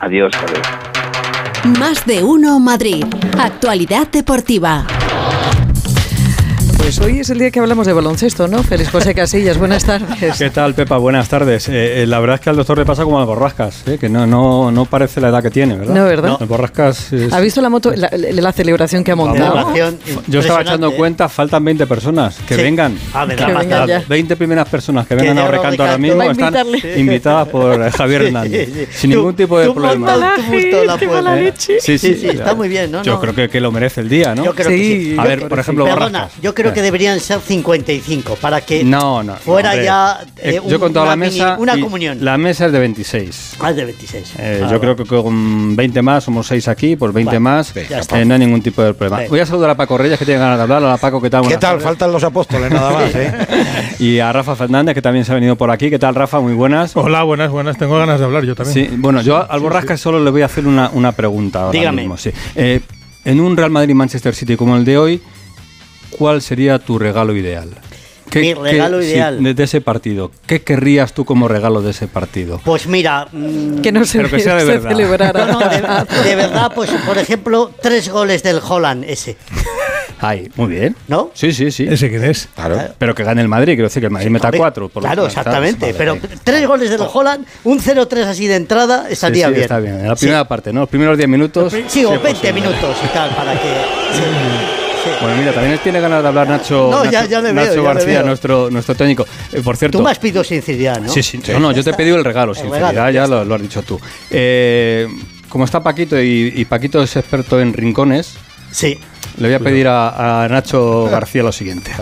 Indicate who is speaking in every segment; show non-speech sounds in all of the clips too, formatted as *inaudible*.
Speaker 1: Adiós, adiós.
Speaker 2: Más de uno Madrid. Actualidad deportiva.
Speaker 3: Pues hoy es el día que hablamos de baloncesto, ¿no? Félix José Casillas, buenas tardes.
Speaker 4: *laughs* ¿Qué tal, Pepa? Buenas tardes. Eh, eh, la verdad es que al doctor le pasa como al Borrascas, ¿eh? que no, no, no parece la edad que tiene, ¿verdad?
Speaker 3: No, ¿verdad?
Speaker 4: El Borrascas... es-
Speaker 3: ¿Ha visto la moto, la, la celebración que ha montado?
Speaker 5: Celebración
Speaker 4: Yo estaba echando
Speaker 5: impresionante. ¿eh?
Speaker 4: cuenta, faltan 20 personas, que
Speaker 5: Sí.
Speaker 4: vengan.
Speaker 5: Ah, verdad,
Speaker 3: Que
Speaker 5: más
Speaker 3: vengan
Speaker 5: tarde.
Speaker 3: ya.
Speaker 4: 20 primeras personas que vengan
Speaker 5: yo
Speaker 4: a
Speaker 5: lo
Speaker 4: recanto
Speaker 5: recanto.
Speaker 4: ahora mismo
Speaker 3: Va a
Speaker 4: están
Speaker 3: invitarle.
Speaker 4: invitadas por eh, Javier Hernández,
Speaker 5: *laughs* Sí, sí.
Speaker 4: sin
Speaker 5: Tú-
Speaker 4: ningún tipo de
Speaker 5: tú
Speaker 4: problema.
Speaker 5: monta- tú monta la puerta. ¿eh?
Speaker 4: Sí, sí,
Speaker 5: Sí, sí, está muy bien, ¿no?
Speaker 4: Yo
Speaker 5: No.
Speaker 4: creo que, que lo merece el día, ¿no?
Speaker 5: Yo creo que sí.
Speaker 4: A ver, por ejemplo,
Speaker 5: Perdona,
Speaker 4: Borrascas.
Speaker 5: yo creo que
Speaker 4: Eh.
Speaker 5: deberían ser 55 para que
Speaker 4: No, no.
Speaker 5: fuera
Speaker 4: hombre.
Speaker 5: ya eh,
Speaker 4: Eh, yo
Speaker 5: un-
Speaker 4: con toda
Speaker 5: una
Speaker 4: la mesa.
Speaker 5: mini- una
Speaker 4: y
Speaker 5: comunión.
Speaker 4: La mesa es de 26.
Speaker 5: Más de 26.
Speaker 4: Eh,
Speaker 5: Ah,
Speaker 4: yo creo que con 20 más, somos 6 aquí, por 20
Speaker 5: Vale,
Speaker 4: más,
Speaker 5: ya
Speaker 4: eh,
Speaker 5: está.
Speaker 4: no hay ningún tipo de problema.
Speaker 5: Venga.
Speaker 4: Voy a saludar a Paco Reyes, que tiene ganas de hablar. Hola, Paco, ¿qué tal?
Speaker 6: ¿Qué
Speaker 4: Buenas
Speaker 6: tal?
Speaker 4: tardes.
Speaker 6: Faltan los apóstoles, nada más, ¿eh?
Speaker 4: *laughs* Y a Rafa Fernández, que también se ha venido por aquí. ¿Qué tal, Rafa? Muy buenas.
Speaker 7: Hola, buenas, buenas. Tengo ganas de hablar yo también.
Speaker 4: Oh, Sí, bueno, yo al Borrasca solo le voy a hacer una, una pregunta ahora
Speaker 5: Dígame.
Speaker 4: mismo, sí. Eh, en un Real Madrid-Manchester City como el de hoy, ¿cuál sería tu regalo ideal?
Speaker 5: Mi regalo
Speaker 4: sí,
Speaker 5: ideal.
Speaker 4: de- de ese partido. ¿Qué querrías tú como regalo de ese partido?
Speaker 5: Pues mira, mm,
Speaker 3: Que no se,
Speaker 4: Pero que sea de
Speaker 3: se
Speaker 4: verdad.
Speaker 3: celebrara.
Speaker 5: *laughs* no, de, de verdad, pues por ejemplo, tres goles del Holland ese,
Speaker 4: Ay, muy bien.
Speaker 5: ¿no?
Speaker 4: Sí, sí, sí.
Speaker 7: ¿Ese quién es?
Speaker 6: Claro.
Speaker 4: Pero que gane el Madrid, quiero decir que el Madrid meta
Speaker 5: Hombre,
Speaker 4: cuatro. por lo
Speaker 5: claro,
Speaker 4: menos,
Speaker 5: exactamente.
Speaker 4: ¿sabes?
Speaker 5: Pero
Speaker 4: Vale, sí.
Speaker 5: tres goles del Holland, un 0-3 así de entrada,
Speaker 4: Sí,
Speaker 5: estaría
Speaker 4: sí,
Speaker 5: bien.
Speaker 4: Está bien. En la primera parte, ¿no? Los primeros 10 minutos. Pues
Speaker 5: Sí, sí, o 20 minutos y tal, para que. sí, sí.
Speaker 4: Bueno, mira, también tiene ganas de hablar Nacho,
Speaker 5: No,
Speaker 4: Nacho,
Speaker 5: ya- ya le veo,
Speaker 4: Nacho
Speaker 5: ya le
Speaker 4: García,
Speaker 5: veo.
Speaker 4: nuestro, nuestro técnico. Eh, por cierto,
Speaker 5: Tú me has pedido sinceridad, ¿no?
Speaker 4: Sí, sí. No, no, yo te he pedido el regalo,
Speaker 5: El
Speaker 4: sinceridad,
Speaker 5: regalo, ya
Speaker 4: ya lo, lo has dicho tú. Eh, como está Paquito y, y Paquito es experto en rincones,
Speaker 5: Sí.
Speaker 4: le voy a pedir a, a Nacho García lo siguiente.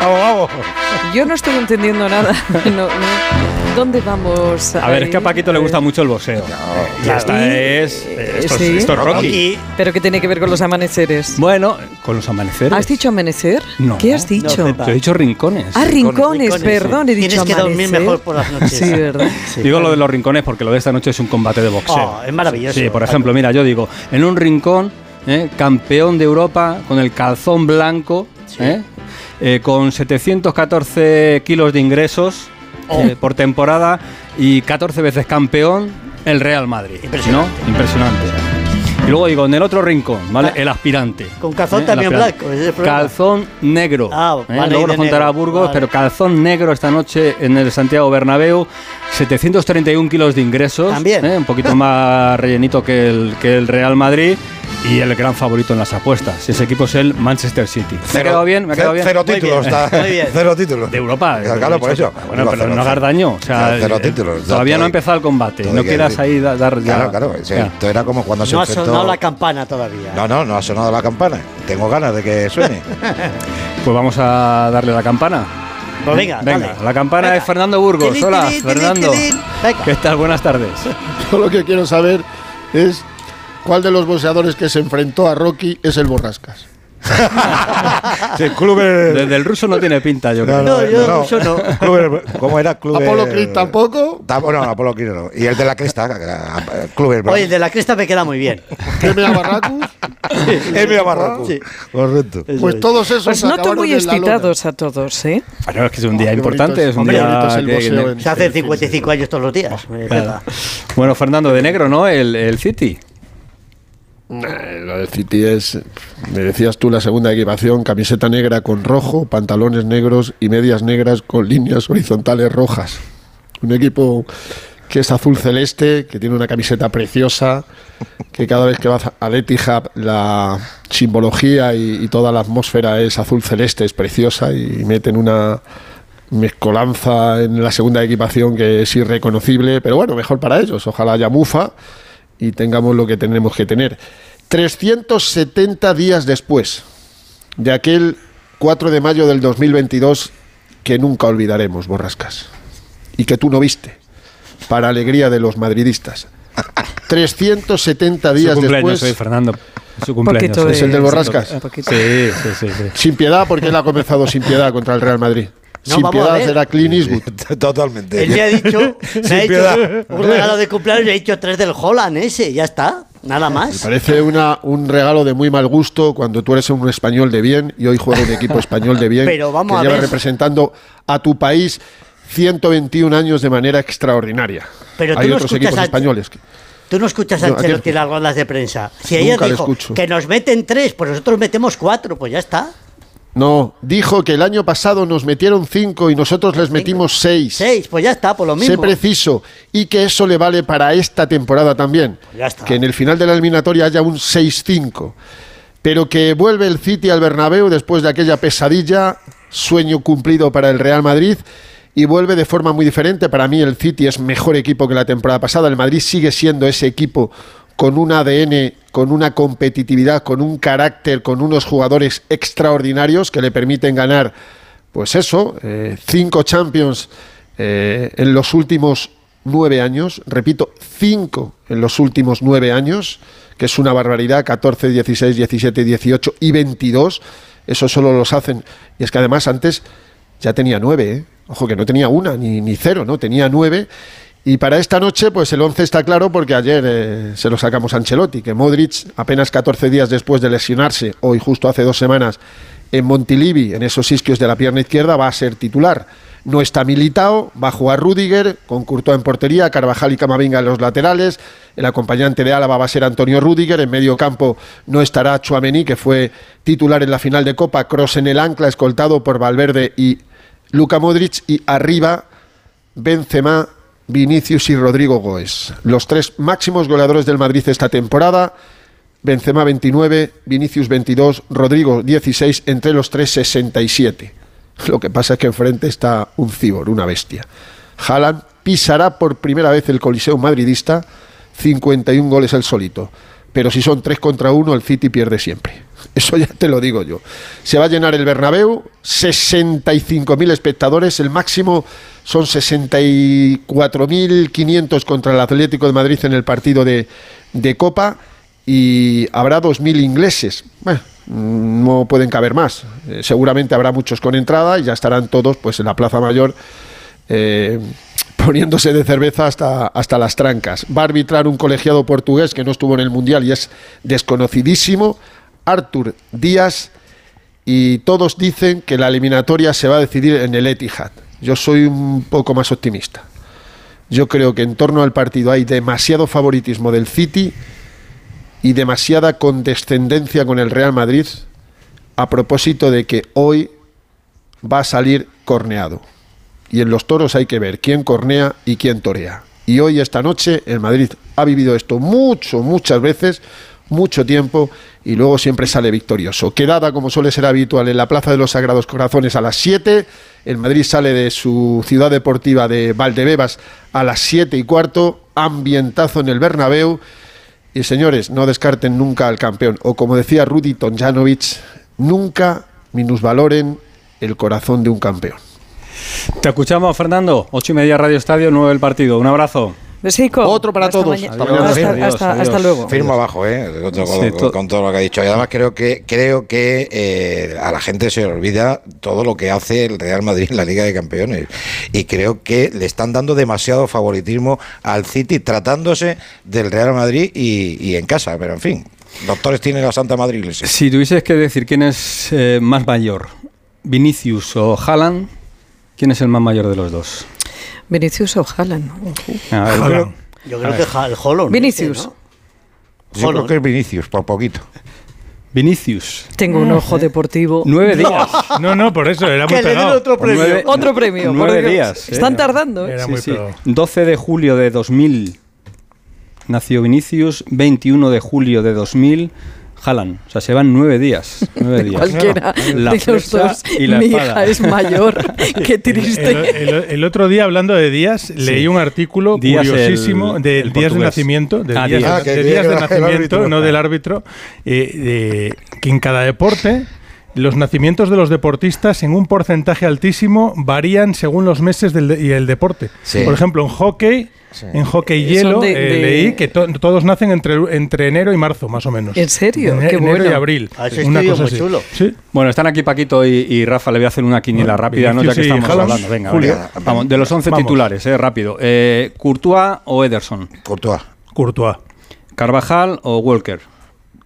Speaker 6: Vamos, vamos.
Speaker 3: Yo no estoy entendiendo nada. *laughs* No, no. ¿Dónde vamos? Eh,
Speaker 4: A ver, es que a
Speaker 3: ir?
Speaker 4: Paquito le gusta mucho el boxeo. Y esta es, eh, esto, es-
Speaker 3: Sí.
Speaker 4: esto es Rocky.
Speaker 5: Rocky.
Speaker 3: Pero que tiene que ver con los amaneceres.
Speaker 4: Bueno, con los amaneceres.
Speaker 3: ¿Has dicho amanecer?
Speaker 4: No.
Speaker 3: ¿Qué has dicho?
Speaker 5: No, Pepa.
Speaker 4: Yo he dicho rincones.
Speaker 3: ah, rincones,
Speaker 5: Rincones,
Speaker 3: perdón, he
Speaker 5: sí.
Speaker 3: dicho
Speaker 5: Tienes que dormir
Speaker 3: amanecer.
Speaker 5: mejor por las noches.
Speaker 3: Sí, verdad.
Speaker 5: Sí.
Speaker 4: digo lo de los rincones porque lo de esta noche es un combate de boxeo.
Speaker 5: Oh, es maravilloso.
Speaker 4: Sí, por ejemplo, mira, yo digo, en un rincón, ¿eh? campeón de Europa, con el calzón blanco, ¿eh? Eh, con 714 kilos de ingresos
Speaker 5: Oh.
Speaker 4: eh, por temporada y 14 veces campeón, el Real Madrid.
Speaker 5: Impresionante. Ah.
Speaker 4: ¿no? Impresionante. Y luego digo, en el otro rincón, ¿vale? El aspirante. ¿Eh?
Speaker 5: Con calzón
Speaker 4: El
Speaker 5: también
Speaker 4: aspirante.
Speaker 5: blanco, ese es el problema.
Speaker 4: calzón negro.
Speaker 5: Ah,
Speaker 4: ¿eh?
Speaker 5: vale,
Speaker 4: Luego
Speaker 5: y de
Speaker 4: nos contará
Speaker 5: negro,
Speaker 4: Burgos,
Speaker 5: vale.
Speaker 4: pero calzón negro esta noche en el Santiago Bernabéu. 731 kilos de ingresos.
Speaker 5: También.
Speaker 4: ¿eh? Un poquito más rellenito que el, que el Real Madrid. Y el gran favorito en las apuestas. Ese equipo es el Manchester City. ¿Me ha quedado bien? ¿Me ha quedado bien?
Speaker 6: Cero
Speaker 5: Muy
Speaker 6: títulos,
Speaker 5: bien,
Speaker 6: está.
Speaker 5: muy bien.
Speaker 6: Cero títulos.
Speaker 4: De Europa.
Speaker 6: Claro,
Speaker 4: eh,
Speaker 6: claro, por
Speaker 4: dicho.
Speaker 6: eso.
Speaker 4: Bueno,
Speaker 6: Digo,
Speaker 4: pero
Speaker 6: cero,
Speaker 4: no hagas
Speaker 6: cero.
Speaker 4: daño. O sea,
Speaker 6: Cero
Speaker 4: eh,
Speaker 6: títulos.
Speaker 4: Todavía
Speaker 6: Todo
Speaker 4: no ha
Speaker 6: hay-
Speaker 4: empezado el combate.
Speaker 6: todo hay
Speaker 4: No
Speaker 6: que
Speaker 4: quieras
Speaker 6: decir.
Speaker 4: ahí da- dar. Ah. ya-
Speaker 6: Claro, pues claro. o sea,
Speaker 4: ya.
Speaker 6: Esto era como cuando se
Speaker 5: No ha
Speaker 6: enfrentó-
Speaker 5: sonado la campana todavía.
Speaker 6: No, no, no ha sonado la campana. Tengo ganas de que suene.
Speaker 4: Pues vamos a darle la campana.
Speaker 5: Pues venga,
Speaker 4: Venga,
Speaker 5: dale.
Speaker 4: la campana
Speaker 5: Venga.
Speaker 4: es Fernando Burgos.
Speaker 5: Tilín,
Speaker 4: Hola,
Speaker 5: tilín, tilín,
Speaker 4: Fernando.
Speaker 5: tilín. Venga.
Speaker 4: ¿Qué tal? Buenas tardes.
Speaker 6: *laughs*
Speaker 8: Yo lo que quiero saber es cuál de los boxeadores que se enfrentó a Rocky es el Borrascas.
Speaker 6: Sí, club *laughs* el-
Speaker 4: Desde el ruso no tiene pinta, yo creo.
Speaker 5: No, yo no, yo no.
Speaker 6: Club el- ¿Cómo era? Club el-
Speaker 8: Apolo Creed tampoco,
Speaker 6: Tam- No, no, Apolo Creed no. Y el de la cresta, eh, Club el-
Speaker 5: Oye, el de la cresta me queda muy bien.
Speaker 8: Deme a Barracus,
Speaker 6: *laughs* El mío Barraco.
Speaker 5: Sí.
Speaker 6: Correcto.
Speaker 8: pues todos esos
Speaker 3: Os noto
Speaker 8: acabaron
Speaker 3: muy
Speaker 8: en la lona.
Speaker 3: excitados a todos, ¿eh?
Speaker 4: Bueno, es que es un
Speaker 8: Oh,
Speaker 4: día
Speaker 8: qué
Speaker 4: importante,
Speaker 8: bonito
Speaker 4: es
Speaker 8: es-
Speaker 4: un
Speaker 8: hombre,
Speaker 4: día.
Speaker 8: bonito es el
Speaker 4: que-
Speaker 8: boxeo en-
Speaker 5: Se hace 55 años todos los días. eh, Pepa.
Speaker 4: Bueno, Fernando, de negro, ¿no? El, el City.
Speaker 8: Eh, Lo del City es, me decías tú, la segunda equipación, camiseta negra con rojo, pantalones negros y medias negras con líneas horizontales rojas. Un equipo que es azul celeste, que tiene una camiseta preciosa, que cada vez que vas al Etihad la simbología y, y toda la atmósfera es azul celeste, es preciosa y meten una mezcolanza en la segunda equipación que es irreconocible, pero bueno, mejor para ellos, ojalá haya mufa y tengamos lo que tenemos que tener. 370 días después de aquel 4 de mayo del 2022 que nunca olvidaremos, Borrascas, y que tú no viste, para alegría de los madridistas. 370
Speaker 4: Su
Speaker 8: días
Speaker 4: cumpleaños
Speaker 8: después,
Speaker 4: hoy, Fernando. Su cumpleaños.
Speaker 3: Poquito
Speaker 4: hoy.
Speaker 3: de-
Speaker 8: es el del Borrascas.
Speaker 3: Un poquito.
Speaker 4: Sí, sí, sí. sí.
Speaker 8: sin piedad, porque él ha comenzado sin piedad contra el Real Madrid.
Speaker 5: No,
Speaker 8: sin
Speaker 5: vamos a
Speaker 8: piedad
Speaker 5: ver.
Speaker 8: era Clint
Speaker 6: *laughs*
Speaker 8: Eastwood.
Speaker 6: Totalmente.
Speaker 5: Él me ha
Speaker 4: *laughs*
Speaker 5: dicho, me ha
Speaker 6: piedad.
Speaker 5: hecho un regalo de cumpleaños, le he hecho tres del Holland ese, ya está, nada
Speaker 8: Me
Speaker 5: más.
Speaker 8: parece una, un regalo de muy mal gusto cuando tú eres un español de bien y hoy juega un equipo español de bien
Speaker 5: Pero vamos
Speaker 8: que
Speaker 5: a
Speaker 8: lleva
Speaker 5: ver.
Speaker 8: representando a tu país 121 años de manera extraordinaria.
Speaker 5: Pero tú
Speaker 8: Hay
Speaker 5: no
Speaker 8: otros
Speaker 5: escuchas
Speaker 8: equipos
Speaker 5: a-
Speaker 8: españoles. que-
Speaker 5: Tú no escuchas a
Speaker 8: No,
Speaker 5: Ancelotti
Speaker 8: aquí-
Speaker 5: en las ruedas de prensa. Si
Speaker 8: Nunca
Speaker 5: ella
Speaker 8: le
Speaker 5: dijo
Speaker 8: escucho.
Speaker 5: que nos meten tres, pues nosotros metemos cuatro, pues ya está.
Speaker 8: No, dijo que el año pasado nos metieron cinco y nosotros les metimos seis.
Speaker 5: Seis, pues ya está, por lo
Speaker 8: Sé
Speaker 5: mismo.
Speaker 8: preciso y que eso le vale para esta temporada también.
Speaker 5: Pues Ya está.
Speaker 8: Que en el final de la eliminatoria haya un 6-5. Pero que vuelve el City al Bernabéu después de aquella pesadilla, sueño cumplido para el Real Madrid y vuelve de forma muy diferente. Para mí el City es mejor equipo que la temporada pasada. El Madrid sigue siendo ese equipo con un ADN, con una competitividad, con un carácter, con unos jugadores extraordinarios que le permiten ganar pues eso, eh, cinco Champions eh, en los últimos nueve años, repito, cinco en los últimos nueve años, que es una barbaridad, 14, 16, 17, 18 y 22, eso solo los hacen, y es que además antes ya tenía nueve, ¿eh? ojo que no tenía una ni, ni cero, no tenía nueve, y para esta noche, pues el 11 está claro porque ayer eh, se lo sacamos a Ancelotti, que Modric, apenas 14 días después de lesionarse, hoy justo hace dos semanas, en Montilivi, en esos isquios de la pierna izquierda, va a ser titular. No está militado, va a jugar Rudiger, con Courtois en portería, Carvajal y Camavinga en los laterales, el acompañante de Álava va a ser Antonio Rudiger, en medio campo no estará Chuamení, que fue titular en la final de Copa, Cross en el ancla, escoltado por Valverde y Luca Modric, y arriba Benzema, Vinicius y Rodrigo Goes. Los tres máximos goleadores del Madrid esta temporada. Benzema 29, Vinicius 22, Rodrigo 16, entre los tres 67. Lo que pasa es que enfrente está un cíbor, una bestia. Haaland pisará por primera vez el Coliseo madridista, 51 goles el solito. Pero si son 3 contra 1, el City pierde siempre. *laughs* Eso ya te lo digo yo. Se va a llenar el Bernabéu, 65.000 espectadores, el máximo son 64.500 contra el Atlético de Madrid en el partido de, de Copa y habrá 2.000 ingleses. Bueno, no pueden caber más. Eh, seguramente habrá muchos con entrada y ya estarán todos pues, en la Plaza Mayor eh, *laughs* poniéndose de cerveza hasta, hasta las trancas. Va a arbitrar un colegiado portugués que no estuvo en el Mundial y es desconocidísimo, Artur Díaz, y todos dicen que la eliminatoria se va a decidir en el Etihad. Yo soy un poco más optimista. Yo creo que en torno al partido hay demasiado favoritismo del City y demasiada condescendencia con el Real Madrid a propósito de que hoy va a salir corneado. Y en los toros hay que ver quién cornea y quién torea. Y hoy, esta noche, el Madrid ha vivido esto mucho, muchas veces, mucho tiempo, y luego siempre sale victorioso. Quedada, como suele ser habitual, en la Plaza de los Sagrados Corazones a las 7. El Madrid sale de su ciudad deportiva de Valdebebas a las 7 y cuarto. Ambientazo en el Bernabéu. Y señores, no descarten nunca al campeón. O como decía Rudy Tonjanovic, nunca minusvaloren el corazón de un campeón.
Speaker 4: Te escuchamos, Fernando. Ocho y media Radio Estadio, nueve el partido. Un abrazo.
Speaker 3: Besico.
Speaker 8: Otro para
Speaker 3: Hasta
Speaker 8: todos.
Speaker 3: maña-
Speaker 8: Hasta
Speaker 4: mañana.
Speaker 3: Hasta,
Speaker 4: Adiós,
Speaker 3: hasta-
Speaker 4: adiós.
Speaker 3: hasta luego.
Speaker 6: Firmo abajo, ¿eh? Con, todo-
Speaker 4: Sí,
Speaker 6: con-
Speaker 4: to-
Speaker 6: con todo lo que ha dicho. Y además creo que creo que eh, a la gente se le olvida todo lo que hace el Real Madrid en la Liga de Campeones. Y creo que le están dando demasiado favoritismo al City tratándose del Real Madrid y, y en casa. Pero en fin, doctores tienen la Santa Madrid Iglesia.
Speaker 4: Si tuvieses que decir quién es eh, más mayor, Vinicius o Haaland, ¿quién es el más mayor de los dos?
Speaker 3: Vinicius o Haaland. Ojo.
Speaker 4: A
Speaker 6: Ah,
Speaker 4: ver,
Speaker 7: Haaland.
Speaker 5: Yo creo que ja- el Holland.
Speaker 3: Vinicius.
Speaker 6: Yo creo
Speaker 5: Holland.
Speaker 6: que es Vinicius, por poquito.
Speaker 4: Vinicius.
Speaker 3: Tengo un ojo deportivo.
Speaker 4: Nueve días.
Speaker 7: No, no, por eso,
Speaker 6: *laughs*
Speaker 7: era muy
Speaker 5: Que le den
Speaker 7: pegado.
Speaker 5: otro premio.
Speaker 4: Nueve-
Speaker 3: Otro premio.
Speaker 4: Nueve
Speaker 3: por Dios.
Speaker 4: días, eh.
Speaker 3: Están tardando. ¿eh?
Speaker 7: Era
Speaker 4: Sí,
Speaker 7: muy
Speaker 4: sí.
Speaker 7: pegado.
Speaker 4: 12 de julio de 2000 nació Vinicius, 21 de julio de 2000 Haaland. O sea, se van nueve
Speaker 3: *laughs*
Speaker 4: días. Nueve días.
Speaker 3: *laughs* Cualquiera
Speaker 4: La
Speaker 3: de los
Speaker 4: flecha
Speaker 3: dos.
Speaker 4: y la
Speaker 3: Mi
Speaker 4: espada.
Speaker 3: hija es mayor.
Speaker 4: *laughs*
Speaker 3: *laughs* Qué triste.
Speaker 7: El, el- el otro día, hablando de días, leí un artículo
Speaker 4: Díaz,
Speaker 7: curiosísimo
Speaker 4: el-
Speaker 7: de
Speaker 4: el
Speaker 7: días de
Speaker 4: portugués.
Speaker 7: nacimiento, de
Speaker 4: Ah,
Speaker 7: días,
Speaker 4: Díaz.
Speaker 6: Ah, que
Speaker 7: de,
Speaker 6: diría
Speaker 7: días
Speaker 6: que
Speaker 7: de
Speaker 6: era el
Speaker 7: nacimiento,
Speaker 6: árbitro.
Speaker 7: no del árbitro, eh, de- que en cada deporte los nacimientos de los deportistas en un porcentaje altísimo varían según los meses del de- y el deporte.
Speaker 6: Sí.
Speaker 7: Por ejemplo, en hockey, en hockey
Speaker 3: Eh, son
Speaker 7: hielo,
Speaker 3: de-
Speaker 7: eh,
Speaker 3: de-
Speaker 7: leí que to- todos nacen entre, entre enero y marzo, más o menos.
Speaker 3: ¿En serio?
Speaker 7: Ene-
Speaker 3: Qué
Speaker 7: enero y
Speaker 3: bueno.
Speaker 7: abril.
Speaker 5: Ah, eso
Speaker 7: una
Speaker 5: estudio
Speaker 7: cosa
Speaker 5: muy
Speaker 7: así.
Speaker 5: chulo.
Speaker 7: Sí.
Speaker 4: Bueno, están aquí Paquito y, y Rafa. Le voy a hacer una quiniela
Speaker 7: Bueno,
Speaker 4: rápida, ¿no? ya que
Speaker 7: Vinicius y
Speaker 4: estamos
Speaker 7: Haaland.
Speaker 4: hablando. Venga,
Speaker 7: Julio.
Speaker 4: venga. Vamos, de los 11
Speaker 7: Vamos.
Speaker 4: titulares, eh, rápido. Eh, ¿Courtois o Ederson?
Speaker 6: Courtois,
Speaker 7: Courtois,
Speaker 4: ¿Carvajal o Walker?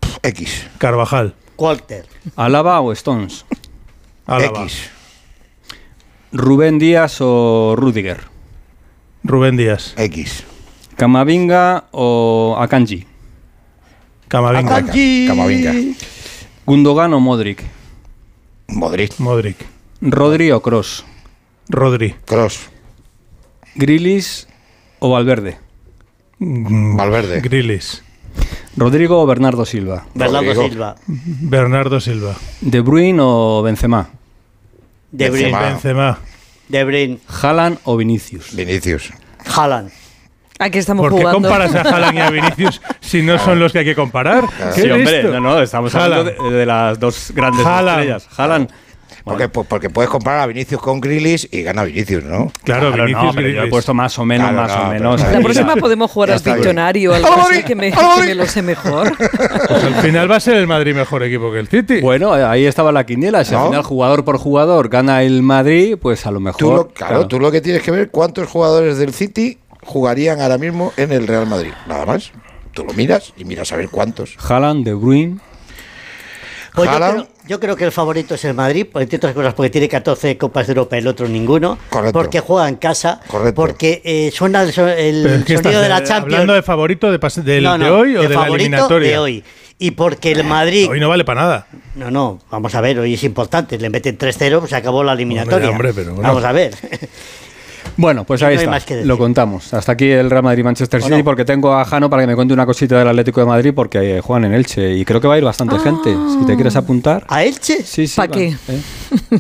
Speaker 6: pf, X,
Speaker 7: Carvajal,
Speaker 5: Walter.
Speaker 4: ¿Alaba o Stones?
Speaker 7: Álava,
Speaker 6: X,
Speaker 4: Rubén Díaz o Rudiger.
Speaker 7: Rubén Díaz.
Speaker 6: X.
Speaker 4: Camavinga o Akanji.
Speaker 7: Camavinga.
Speaker 5: Acá. Akanji.
Speaker 6: Camavinga.
Speaker 4: Gundogan o Modric.
Speaker 6: Modric.
Speaker 7: Modric.
Speaker 4: Rodri o Cross.
Speaker 7: Rodri.
Speaker 6: Cross.
Speaker 4: Grilis o Valverde.
Speaker 7: Mm,
Speaker 6: Valverde.
Speaker 7: Grilis.
Speaker 4: Rodrigo o Bernardo Silva.
Speaker 5: Bernardo
Speaker 6: Rodrigo.
Speaker 5: Silva.
Speaker 7: Bernardo Silva.
Speaker 4: De Bruyne o Benzema.
Speaker 5: De Bruyne.
Speaker 6: Benzema. Ah.
Speaker 7: Benzema.
Speaker 5: De Bruyne.
Speaker 4: Haaland o Vinicius.
Speaker 6: Vinicius.
Speaker 5: Haaland.
Speaker 3: ¿A qué estamos
Speaker 7: ¿Por qué
Speaker 3: jugando?
Speaker 7: comparas a Haaland y a Vinicius si no son los que hay que comparar? ¿Qué
Speaker 4: Sí, hombre,
Speaker 7: listo?
Speaker 4: no, no, estamos
Speaker 7: Haaland.
Speaker 4: hablando de, de las dos grandes
Speaker 7: Haaland.
Speaker 4: estrellas. Haaland.
Speaker 6: Porque, pues, porque puedes comparar a Vinicius con Grilis y gana Vinicius, ¿no?
Speaker 7: Claro,
Speaker 4: Claro, no,
Speaker 7: Vinicius
Speaker 4: pero yo he
Speaker 7: Grilis.
Speaker 4: puesto más o menos,
Speaker 6: Claro,
Speaker 4: más
Speaker 6: no,
Speaker 4: o
Speaker 6: pero-
Speaker 4: menos. *laughs*
Speaker 3: La próxima
Speaker 4: Mira,
Speaker 3: podemos jugar
Speaker 6: Ya
Speaker 3: al
Speaker 6: está bien.
Speaker 3: Pictionary o algo así que me, que me lo sé mejor.
Speaker 7: Pues al final va a ser el Madrid mejor equipo que el City.
Speaker 4: Bueno, eh, ahí estaba la quiniela. Si
Speaker 6: ¿No?
Speaker 4: al final jugador por jugador gana el Madrid, pues a lo mejor.
Speaker 6: Tú lo, claro, tú lo que tienes que ver cuántos jugadores del City jugarían ahora mismo en el Real Madrid. Nada más. Tú lo miras y miras a ver cuántos.
Speaker 4: Haaland, De Bruyne.
Speaker 5: Pues yo
Speaker 6: Haaland.
Speaker 5: creo, yo creo que el favorito es el Madrid, por entre otras cosas, porque tiene 14 Copas de Europa, el otro ninguno.
Speaker 6: Correcto.
Speaker 5: Porque juega en casa.
Speaker 6: Correcto.
Speaker 5: Porque eh, suena el, so- el
Speaker 7: Pero es que
Speaker 5: sonido
Speaker 7: estás,
Speaker 5: de la
Speaker 7: eh,
Speaker 5: Champions.
Speaker 7: Hablando de favorito de, pas- del
Speaker 5: No, no,
Speaker 7: de hoy o de, la
Speaker 5: favorito
Speaker 7: eliminatoria. Eh,
Speaker 5: de hoy. Y porque el Madrid.
Speaker 7: Hoy no vale para nada.
Speaker 5: No, no, vamos a ver, hoy es importante. Le meten 3-0, pues se acabó la eliminatoria.
Speaker 7: hombre, pero bueno.
Speaker 5: Vamos a ver. *laughs*
Speaker 4: Bueno, pues
Speaker 5: No
Speaker 4: ahí
Speaker 5: hay
Speaker 4: está.
Speaker 5: más que decir.
Speaker 4: Lo contamos. Hasta aquí el Real Madrid-Manchester
Speaker 5: ¿O
Speaker 4: City,
Speaker 5: no?
Speaker 4: porque tengo a Jano para que me cuente una cosita del Atlético de Madrid, porque eh, juegan en Elche y creo que va a ir bastante gente. Si te quieres apuntar.
Speaker 5: ¿A Elche?
Speaker 4: Sí, sí.
Speaker 3: Ah. ¿Pa
Speaker 4: va-
Speaker 3: qué?
Speaker 4: ¿eh?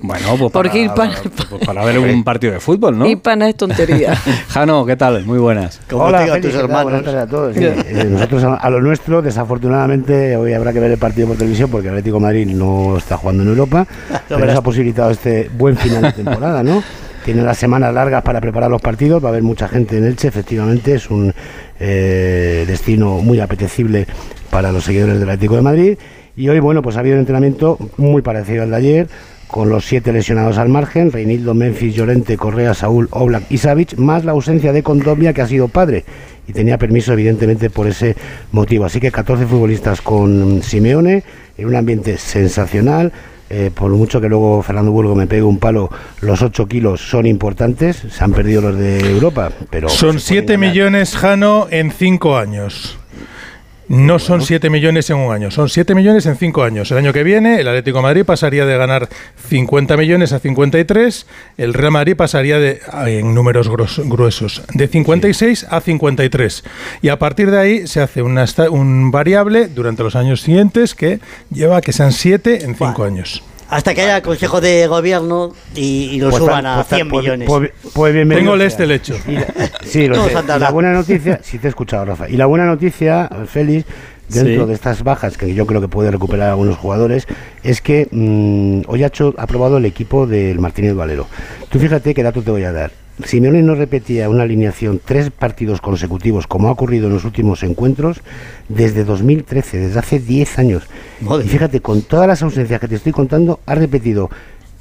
Speaker 4: Bueno,
Speaker 3: *laughs*
Speaker 4: pues
Speaker 3: Porque
Speaker 4: para,
Speaker 3: ir pa-
Speaker 4: pues para
Speaker 3: *laughs*
Speaker 4: ver un partido de fútbol, ¿no?
Speaker 3: Y pana es tontería.
Speaker 4: Jano, ¿qué tal? Muy buenas.
Speaker 5: Como
Speaker 1: Hola,
Speaker 5: tenga
Speaker 1: Félix,
Speaker 5: tus
Speaker 1: ¿qué tal? Buenas
Speaker 5: hermanos.
Speaker 1: tardes a todos. Sí, eh, nosotros a, a lo nuestro, desafortunadamente, hoy habrá que ver el partido por televisión porque el Atlético de Madrid no está jugando en Europa, pero
Speaker 5: verás.
Speaker 1: nos ha posibilitado este buen final de temporada, *laughs* ¿no? Tiene las semanas largas para preparar los partidos, va a haber mucha gente en Elche, efectivamente, es un eh, destino muy apetecible para los seguidores del Atlético de Madrid. Y hoy, bueno, pues ha habido un entrenamiento muy parecido al de ayer, con los siete lesionados al margen, Reinildo, Memphis, Llorente, Correa, Saúl, Oblak y Savic, más la ausencia de Condovia, que ha sido padre y tenía permiso evidentemente por ese motivo. Así que 14 futbolistas con Simeone, en un ambiente sensacional. Eh, por mucho que luego Fernando Burgo me pegue un palo, los 8 kilos son importantes, se han perdido los de Europa, pero... se
Speaker 7: Son
Speaker 1: pueden
Speaker 7: 7
Speaker 1: ganar.
Speaker 7: millones, Jano, en 5 años. No son 7 millones en un año, son 7 millones en 5 años. El año que viene, el Atlético de Madrid pasaría de ganar 50 millones a 53, el Real Madrid pasaría de, en números gros- gruesos de 56 a 53. Y a partir de ahí se hace una, esta- un variable durante los años siguientes que lleva a que sean 7 en 5
Speaker 5: Buah.
Speaker 7: años.
Speaker 5: Hasta que haya Consejo de Gobierno y, y lo
Speaker 1: Pues
Speaker 5: suban
Speaker 1: tan-
Speaker 5: a
Speaker 1: pues tan-
Speaker 5: 100
Speaker 1: pues-
Speaker 5: millones.
Speaker 1: pues- pues bienvenido
Speaker 7: Tengo el
Speaker 1: sea.
Speaker 7: este hecho.
Speaker 1: Y
Speaker 5: *laughs*
Speaker 1: la- *laughs* sí, lo
Speaker 5: Todos
Speaker 1: sé.
Speaker 5: han
Speaker 1: La
Speaker 5: tardado.
Speaker 1: buena noticia, *laughs* sí te he escuchado, Rafa. Y la buena noticia, Félix, dentro
Speaker 4: Sí.
Speaker 1: de estas bajas que yo creo que puede recuperar algunos jugadores, es que mm, hoy ha, hecho- ha probado el equipo del Martínez Valero. Tú fíjate qué dato te voy a dar. Simeone no repetía una alineación tres partidos consecutivos, como ha ocurrido en los últimos encuentros, desde 2013, desde hace 10 años.
Speaker 5: Madre.
Speaker 1: Y fíjate, con todas las ausencias que te estoy contando, ha repetido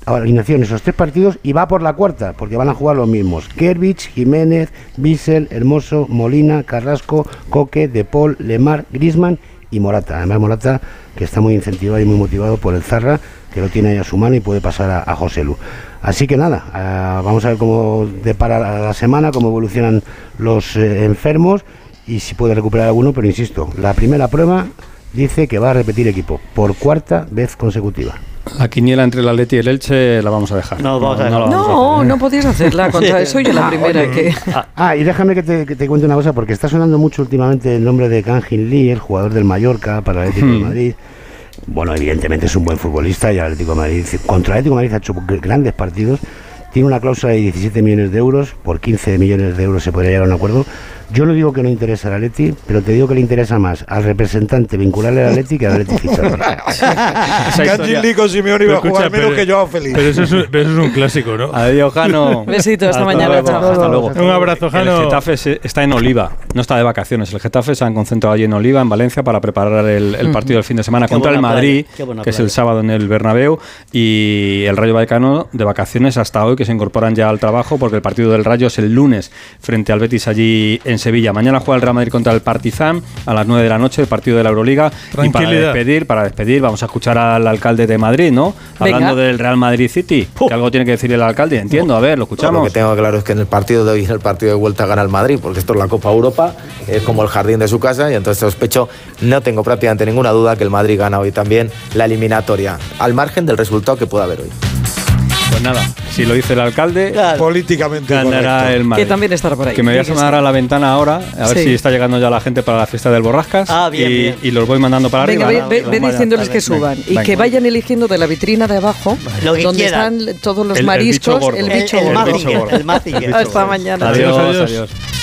Speaker 1: alineación esos tres partidos y va por la cuarta, porque van a jugar los mismos. Kervich, Jiménez, Bissell, Hermoso, Molina, Carrasco, Coque, De Paul, Lemar, Grisman y Morata. Además, Morata, que está muy incentivado y muy motivado por el Zarra, que lo tiene ahí a su mano y puede pasar a, a José Lu. Así que nada, ah, vamos a ver cómo depara la, la semana, cómo evolucionan los eh, enfermos y si puede recuperar alguno, pero insisto, la primera prueba dice que va a repetir equipo por cuarta vez consecutiva.
Speaker 4: La quiniela entre el Atleti y el Elche la vamos a dejar.
Speaker 5: No, vamos a
Speaker 4: la
Speaker 5: dejar.
Speaker 4: vamos a hacer.
Speaker 3: No, no podías hacerla contra eso. Yo la primera que.
Speaker 1: Ah, y déjame que te, que te cuente una cosa, porque está sonando mucho últimamente el nombre de Kangin Lee, el jugador del Mallorca para el Atlético de Madrid. Bueno, evidentemente es un buen futbolista y el Atlético de Madrid, contra el Atlético de Madrid ha hecho gr- grandes partidos. Tiene una cláusula de 17 millones de euros, por 15 millones de euros se podría llegar a un acuerdo. Yo no digo que no interesa al Atleti, pero te digo que le interesa más al representante vincularle al Atleti que al Atleti fichador.
Speaker 6: Canji Lee con Simeone iba a
Speaker 7: Pero
Speaker 6: jugar
Speaker 7: escucha,
Speaker 6: menos
Speaker 7: pero-
Speaker 6: que Joao Félix.
Speaker 7: Pero eso es un, pero eso es un clásico, ¿no?
Speaker 4: Adiós, *laughs* Jano.
Speaker 3: Besito, hasta mañana,
Speaker 4: luego,
Speaker 3: chao.
Speaker 4: hasta luego.
Speaker 7: Un abrazo, Jano.
Speaker 4: El Getafe se- está en Oliva, no está de vacaciones. El Getafe se han concentrado allí en Oliva, en Valencia, para preparar el, el partido del fin de semana
Speaker 5: Qué
Speaker 4: contra el
Speaker 5: buena playa,
Speaker 4: Madrid,
Speaker 5: qué buena
Speaker 4: que es
Speaker 5: playa.
Speaker 4: el sábado en el Bernabéu, y el Rayo Vallecano de vacaciones hasta hoy, que que se incorporan ya al trabajo porque el partido del Rayo es el lunes frente al Betis allí en Sevilla. Mañana juega el Real Madrid contra el Partizan a las 9 de la noche, el partido de la Euroliga. Y para
Speaker 7: Tranquilidad.
Speaker 4: despedir, para despedir, vamos a escuchar al alcalde de Madrid, ¿no?
Speaker 3: Venga.
Speaker 4: Hablando del Real Madrid City, que algo tiene que decir el alcalde, entiendo. A ver, lo
Speaker 9: Lo
Speaker 4: escuchamos.
Speaker 9: que tengo claro es que en el partido de hoy es el partido de vuelta gana el Madrid, porque esto es la Copa Europa, es como el jardín de su casa, y entonces sospecho, no tengo prácticamente ninguna duda que el Madrid gana hoy también la eliminatoria, al margen del resultado que pueda haber hoy.
Speaker 4: Pues nada, si lo dice el alcalde,
Speaker 6: Políticamente
Speaker 4: ganará
Speaker 6: correcto.
Speaker 4: el Madrid.
Speaker 3: Que también estará por ahí.
Speaker 4: Que me voy a
Speaker 3: Tiene que
Speaker 4: asomar a la ventana ahora, a ver
Speaker 3: Sí.
Speaker 4: si está llegando ya la gente para la fiesta del Borrascas.
Speaker 5: Ah, bien,
Speaker 4: y,
Speaker 5: bien.
Speaker 4: y los voy mandando para
Speaker 3: Venga,
Speaker 4: arriba.
Speaker 3: ve, ve-
Speaker 5: ¿no?
Speaker 3: ve
Speaker 5: Vaya,
Speaker 3: diciéndoles que
Speaker 5: vale.
Speaker 3: suban y
Speaker 4: Venga.
Speaker 3: que vayan eligiendo de la vitrina de abajo,
Speaker 5: Lo que
Speaker 3: donde
Speaker 5: quieran.
Speaker 3: están todos los
Speaker 4: El- el bicho
Speaker 3: mariscos,
Speaker 4: gordo.
Speaker 3: el
Speaker 4: El-
Speaker 3: bicho
Speaker 4: el
Speaker 3: gordo.
Speaker 4: bicho gordo.
Speaker 5: Mazinger, el Mazinger.
Speaker 3: Hasta mañana.
Speaker 4: Adiós,
Speaker 7: Adiós,
Speaker 4: adiós.